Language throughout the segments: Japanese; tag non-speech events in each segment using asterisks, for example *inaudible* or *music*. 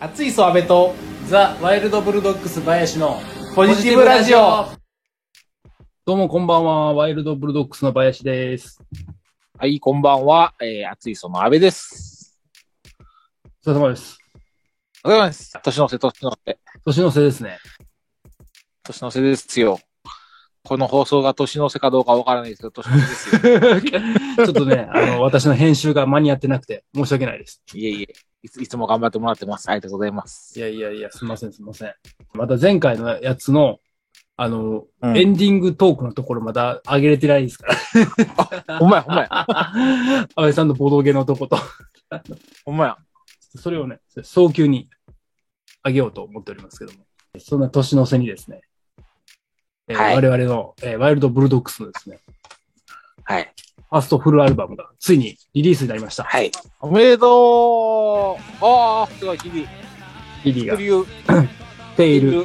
熱いソアベとザ・ワイルド・ブルドッグス林のポジティブラジオ。どうもこんばんは、ワイルド・ブルドッグスの林です。はい、こんばんは。えー、熱いその安倍です。お疲れ様です。おはようございます。年の瀬、年の瀬、年の瀬ですね。年の瀬ですよ。この放送が年の瀬かどうかわからないですけど、年の瀬ですよ。 *laughs* ちょっと *laughs* ね、あの、私の編集が間に合ってなくて申し訳ないです。いえいえいつ、いつも頑張ってもらってます。ありがとうございます。いやいやいや、すみませんすみません。また前回のやつの、あの、うんエンディングトークのところまだ上げれてないです *laughs* から。ほんまや、ほんまや、安倍さんのボドゲのとこと。ほんまや。それをね、早急に上げようと思っておりますけども。そんな年の瀬にですね、えーはい我々の、えーワイルドブルドックスのですね、はい。ファーストフルアルバムがついにリリースになりました。はい。おめでとうああ、すごい、日々。リリークが。リュー、テテイールル、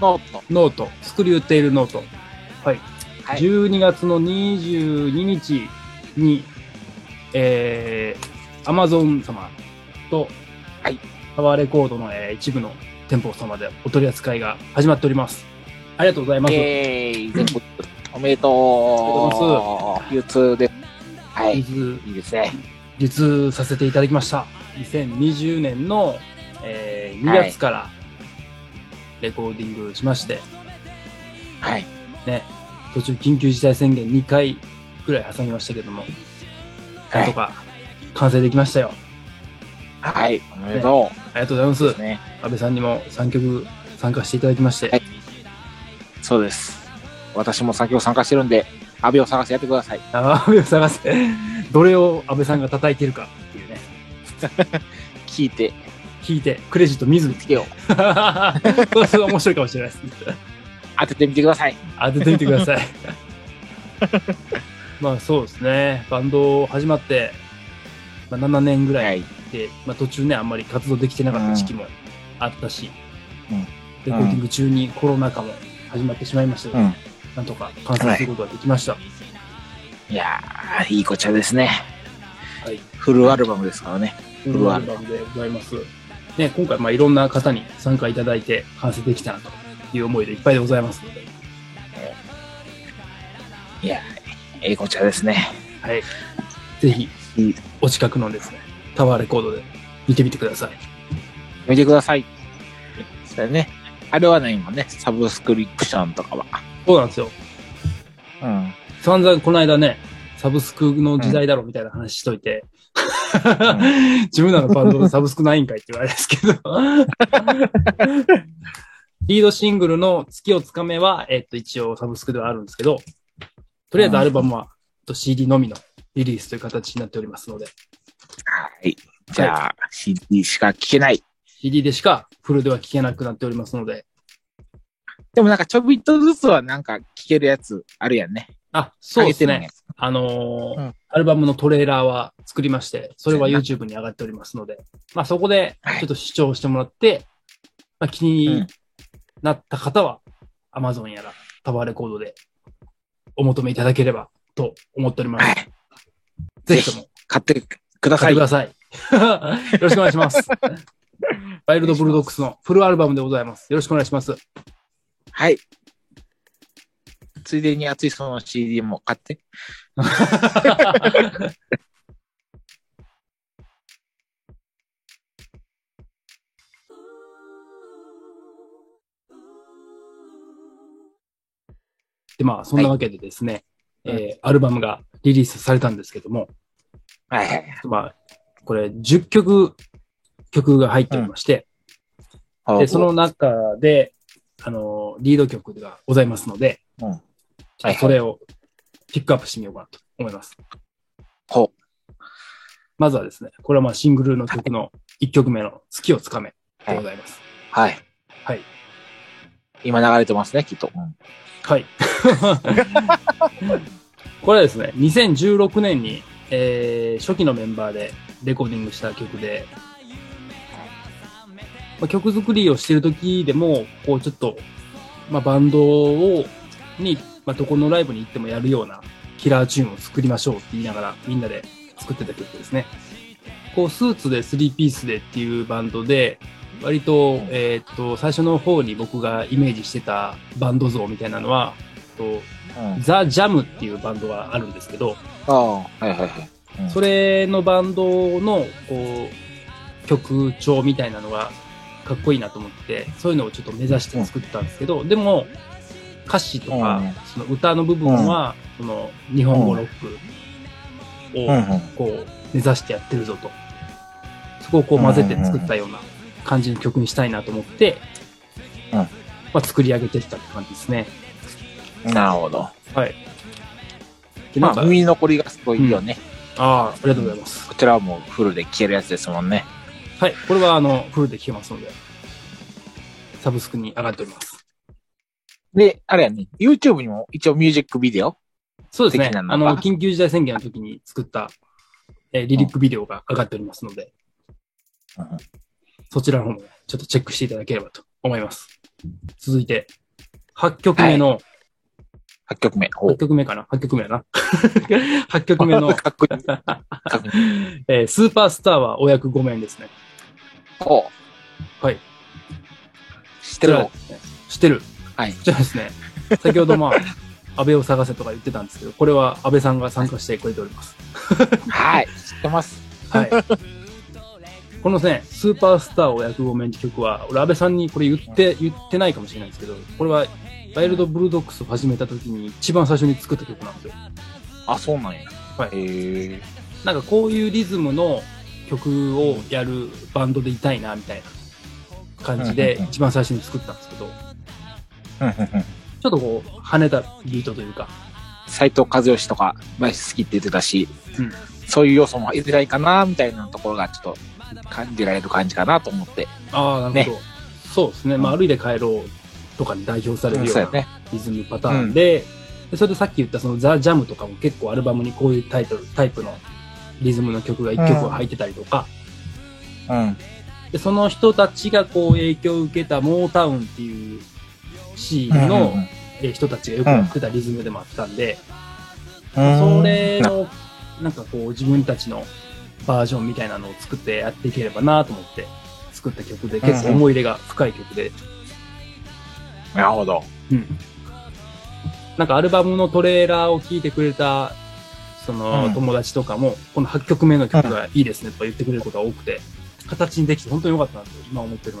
ノート。ノート、スクリューテイルノート。はい。はい12月の22日に、えー、アマゾン様と、はい。パワーレコードの、えー一部の店舗様でお取り扱いが始まっております。ありがとうございます。えー、全部、おめでとうおう流通で。はい。水いいですね。流通させていただきました2020年の、えー2月からレコーディングしまして、はい。ね途中緊急事態宣言2回ぐらい挟みましたけども、はなんとい。か完成できましたよはい。おめでとありがとうう。ございでますすね。安倍さんにも3曲参加していただきまして、はいそうです。私も先ほど参加してるんで、阿部を探してやってください。あ安倍を探せ *laughs* どれを安倍さんが叩いてるかっていうね聞いて、聞いてクレジット見ずに *laughs* つけをそれは面白いかもしれないです当ててみてください。当ててみて *laughs* くださいまあそうですねバンド始まって、まあ、7年ぐらはいい。で、まあ、途中ねあんまり活動できてなかった時期もあったし、うんレコーディング中にコロナ禍も始まってしまいましたが、うんなんとか完成することができました、いやー、いいこちゃですね。はいフルアルバムですからね。フルアルバムでございます、ね、今回まあいろんな方に参加いただいて完成できたなという思いでいっぱいでございますので、いやー、いいこちゃですね。はい、ぜひいいお近くのですねタワーレコードで見てみてください見てください。それね。あれはないもんね。サブスクリプションとかは。そうなんですよ *laughs* うん。散々この間ね、サブスクの時代だろみたいな話しといて、自分らのバンドのサブスクないんかいって言われですけど。リードシングルの月をつかめは、えっと、一応サブスクではあるんですけど、とりあえずアルバムは、えっと CD のみのリリースという形になっておりますので、はい。じゃあ、CD しか聞けない。 CD でしかフルでは聴けなくなっておりますので、でもなんかちょびっとずつはなんか聞けるやつあるやんね。あ、そうですあげてるねや。つあのーうんアルバムのトレーラーは作りまして、それは YouTube に上がっておりますので、まあそこでちょっと視聴してもらって、まあ、気うにんなった方は Amazon やらタワーレコードでお求めいただければと思っております。はいぜひとも買ってくださ買いってく。ださい。よろしくお願いし *laughs* *laughs* ます。ワイルドブルドックスのフルアルバムでございます。よろしくお願いします。はい。ついでに熱いその CD も買って。で、まあ、そんなわけでですね、えーアルバムがリリースされたんですけども、はいはい。まあ、これ10曲、曲が入っておりまして、で、そ、の中で、あのー、リード曲がございますので、うんちょっとそれをピックアップしてみようかなと思います。ほまずはですね、これはまあシングルの曲の1曲目の月をつかめでございます。うはい。はい。今流れてますね、きっと。うんはい。 *laughs* これはですね、2016年に、えー初期のメンバーでレコーディングした曲で、まあ、曲作りをしてる時でも、こうちょっと、まあ、バンドを、に、まあ、どこのライブに行ってもやるようなキラーチューンを作りましょうって言いながらみんなで作ってた曲ですね。こうスーツでスリーピースでっていうバンドで、割と、えーっと、最初の方に僕がイメージしてたバンド像みたいなのは、とうん。ザ・ジャムっていうバンドがあるんですけど、ああ、はいはいはい。うんそれのバンドの、こう、曲調みたいなのがかっこいいなと思って、そういうのをちょっと目指して作ったんですけど、でも、歌詞とか、うんその歌の部分は、その、日本語ロックを、うんうん。こう、目指してやってるぞと。そこをこう混ぜて作ったような感じの曲にしたいなと思って、うんまあ作り上げてきたって感じですね。なるほど。はい。でまなんあ、か、耳残りがすごいよね。ああ、ありがとうございます。こちらはもうフルで消えるやつですもんね。はい。これは、あの、フルで聴けますので、サブスクに上がっております。で、あれやね、YouTube にも一応ミュージックビデオそうですね的。なのがあの、緊急事態宣言の時に作った、えーリリックビデオが上がっておりますので、うんそちらの方もちょっとチェックしていただければと思います。続いて、8曲目の、 8曲目。お8曲目かな ?8 曲目やな。8曲 *laughs* 目の、かっこいい。かっこいい。えースーパースターはお役御免ですね。おはい。知ってるこちらですね知ってる。はいこちらですね。先ほどまあ、 *laughs* 安倍を探せとか言ってたんですけど、これは安倍さんが参加してくれております。はい。知ってます。はい。このね、スーパースターお役御免って曲は、俺安倍さんにこれ言って、言ってないかもしれないですけど、これは、ワイルドブルドックスを始めた時に一番最初に作った曲なんですよ。あ、そうなんや。はいへえ。なんかこういうリズムの曲をやるバンドでいたいなみたいな感じうんでうんうん一番最初に作ったんですけど、ちうんうんうんょっとこう跳ねたビートというか、斉藤和義とか、前好きって言ってたし、うんそういう要素も入れづらいかな、みたいなところがちょっと感じられる感じかなと思って。ああ、なるほど。そうですね。まあ、う歩いて帰ろうとかに代表されるようそうやなね。リズムパターンで、でそれでさっき言ったそのザ・ジャムとかも結構アルバムにこういうタイトル、タイプのリズムの曲が1曲入ってたりとか、うん。でその人たちがこう影響を受けたモータウンっていうシーンの、うんえー人たちがよくやってたリズムでもあったんで、うんうんそれなのなんかこう自分たちのバージョンみたいなのを作ってやっていければなと思って作った曲で結構思い入れが深い曲で、なるほど。うんなんかアルバムのトレーラーを聴いてくれたそうんの友達とかも、この8曲目の曲がいいですねとか言ってくれることが多くて、形にできて本当に良かったなと今思っており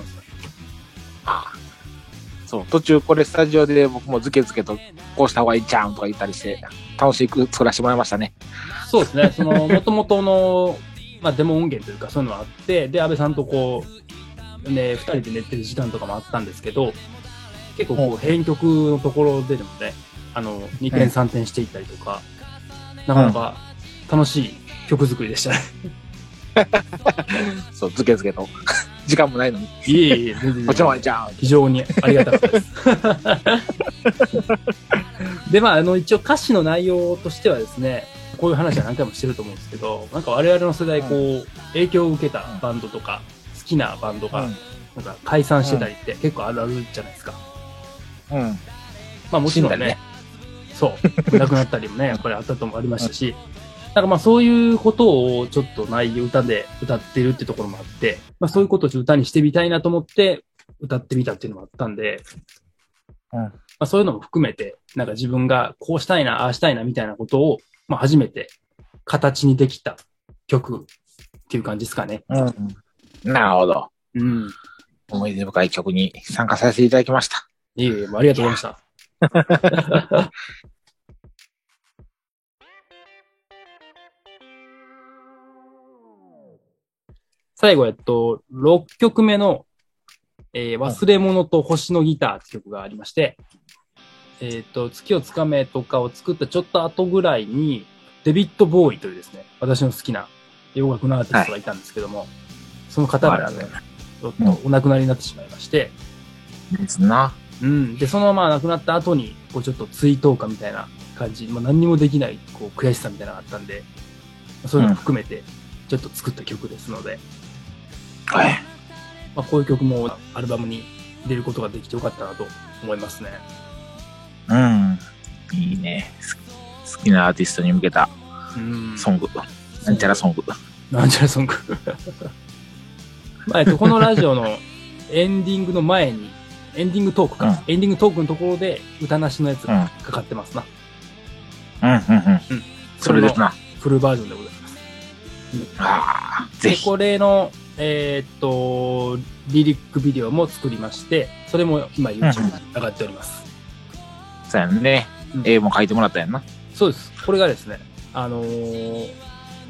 ます。そう、途中これスタジオで僕もズケズケと、こうした方がいいんちゃうんとか言ったりして、楽しく作らせてもらいましたね。そうですね、そ *laughs* の、もともとの、まあ、デモ音源というか、そういうのはあって、で、安倍さんとこう、ね、二人で寝てる時間とかもあったんですけど、結構こう、編曲のところででもね、あの、2点3点していったりとか、なかなか楽しい曲作りでしたね。そう、ズケズケと。 *laughs* 時間もないのに、いえいえ、全然こっちの方がいいんちゃうん非常にありがたかった *laughs* です。で、まあ、あの、一応歌詞の内容としてはですね、こういう話は何回もしてると思うんですけど、なんか我々の世代、こう、影響を受けたバンドとか、好きなバンドが、なんか解散してたりって結構あるあるじゃないですか。うん。うん。まあもちろん死ね、んだりね *laughs* そう、亡くなったりもね、やっぱりあったともありましたし、なんかまあそういうことをちょっとない歌で歌ってるってところもあって、まあそういうことをちょっと歌にしてみたいなと思って歌ってみたっていうのもあったんで、うんまあそういうのも含めて、なんか自分がこうしたいな、ああしたいなみたいなことを、まあ初めて形にできた曲っていう感じですかね。うん。なるほど。うん。思い出深い曲に参加させていただきました。いえいえ、もうありがとうございました。 *laughs* 最後、えっと、6曲目の、えー忘れ物と星のギターって曲がありまして、えーっと、月をつかめとかを作ったちょっと後ぐらいに、デビッド・ボーイというですね、私の好きな洋楽のアーティストがいたんですけども、その方がですね、ちょっとお亡くなりになってしまいまして、ですな。うん、でそのまま亡くなった後にこうちょっと追悼かみたいな感じ、まあ、何にもできないこう悔しさみたいなのがあったんでまあそういうのも含めてちょっと作った曲ですので、はい。まあ、こういう曲もアルバムに入れることができてよかったなと思いますねうん。いいね。す好きなアーティストに向けたうんソング。なんちゃらソング。 *laughs* なんちゃらソングまあ、えっと、このラジオのエンディングの前に、エンディングトークか、うんエンディングトークのところで歌なしのやつがかかってますな。うん、うん、うん。それですな。フルバージョンでございます。ああ、ぜで、ひ。これの、えーっと、リリックビデオも作りまして、それも今 YouTube に上がっております。そうやんねうん。絵も描いてもらったやんな。そうです。これがですね、あのー、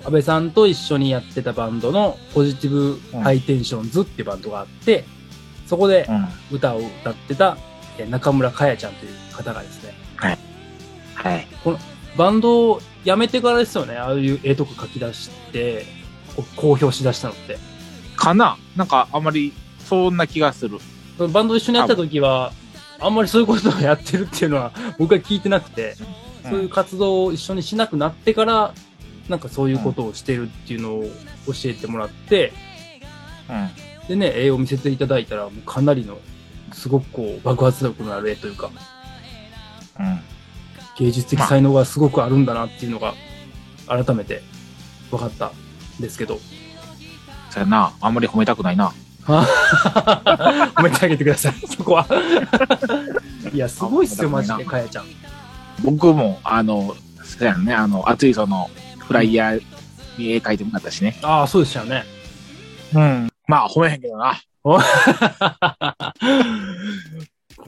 安倍さんと一緒にやってたバンドのポジティブハイテンションズっていうバンドがあって、そこでうん。歌を歌ってたえー中村かやちゃんという方がですね、はい。バンドを辞めてからですよね、ああいう絵とか書き出して、こう公表しだしたのって。かななんか、あんまり、そんな気がする。そのバンド一緒にやってた時は、あんまりそういうことをやってるっていうのは *laughs* 僕は聞いてなくて、そういう活動を一緒にしなくなってから、なんかそういうことをしてるっていうのを教えてもらって、うん。でね、絵を見せていただいたら、もうかなりの、すごくこう、爆発力のある絵というか、うん。芸術的才能がすごくあるんだなっていうのが、改めて分かったんですけど、 *laughs* そうやな。あんまり褒めたくないな。あ褒めてあげてください、そこは。いや、すごいっすよ、マジで、かやちゃん。僕も、あの、そうやんね。あの、熱いその、フライヤーに絵描いてもらったしね。ああ、そうでしたよね。うん。まあ、褒めへんけどな。 *laughs* こ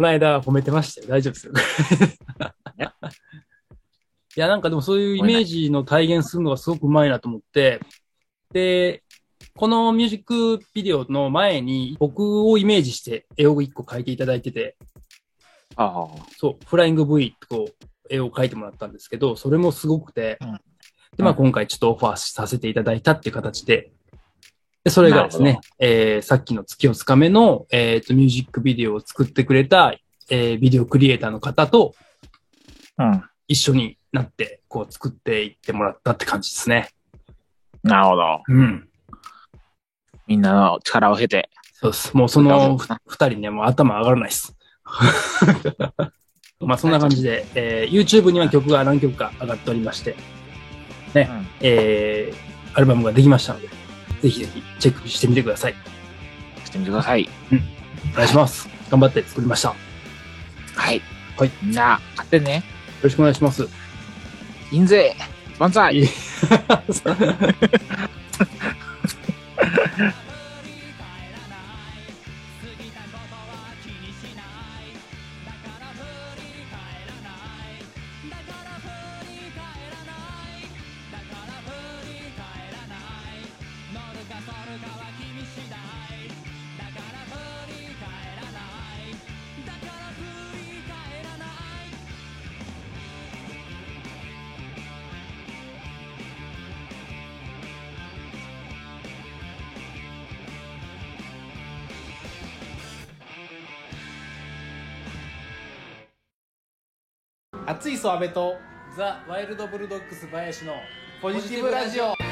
の間褒めてましたよ。大丈夫ですよ。 *laughs* いや、なんかでもそういうイメージの体現するのがすごくうまいなと思って、で、このミュージックビデオの前に僕をイメージして絵を一個描いていただいてて、ああ。そう、フライング V ってこう、絵を描いてもらったんですけど、それもすごくて、うんで、まあ今回ちょっとオファーさせていただいたっていう形で、で、それがですね、えーさっきの月をつかめの、えっ、と、ミュージックビデオを作ってくれた、えービデオクリエイターの方とうん。一緒になって、こう作っていってもらったって感じですね。なるほど。うん。みんなの力を経て。そうです。もうそのふ二人ね、もう頭上がらな *laughs* いです。まあそんな感じで、えー YouTube には曲が何曲か上がっておりまして、うん。えーアルバムができましたので、ぜひぜひチェックしてみてください。してみてください。お願いします。頑張って作りました。よはい。はい。みんな、買ってね。ろしくお願いします。印税万歳いい熱いソアベとザ・ワイルド・ブルドッグス・林のポジティブラジオ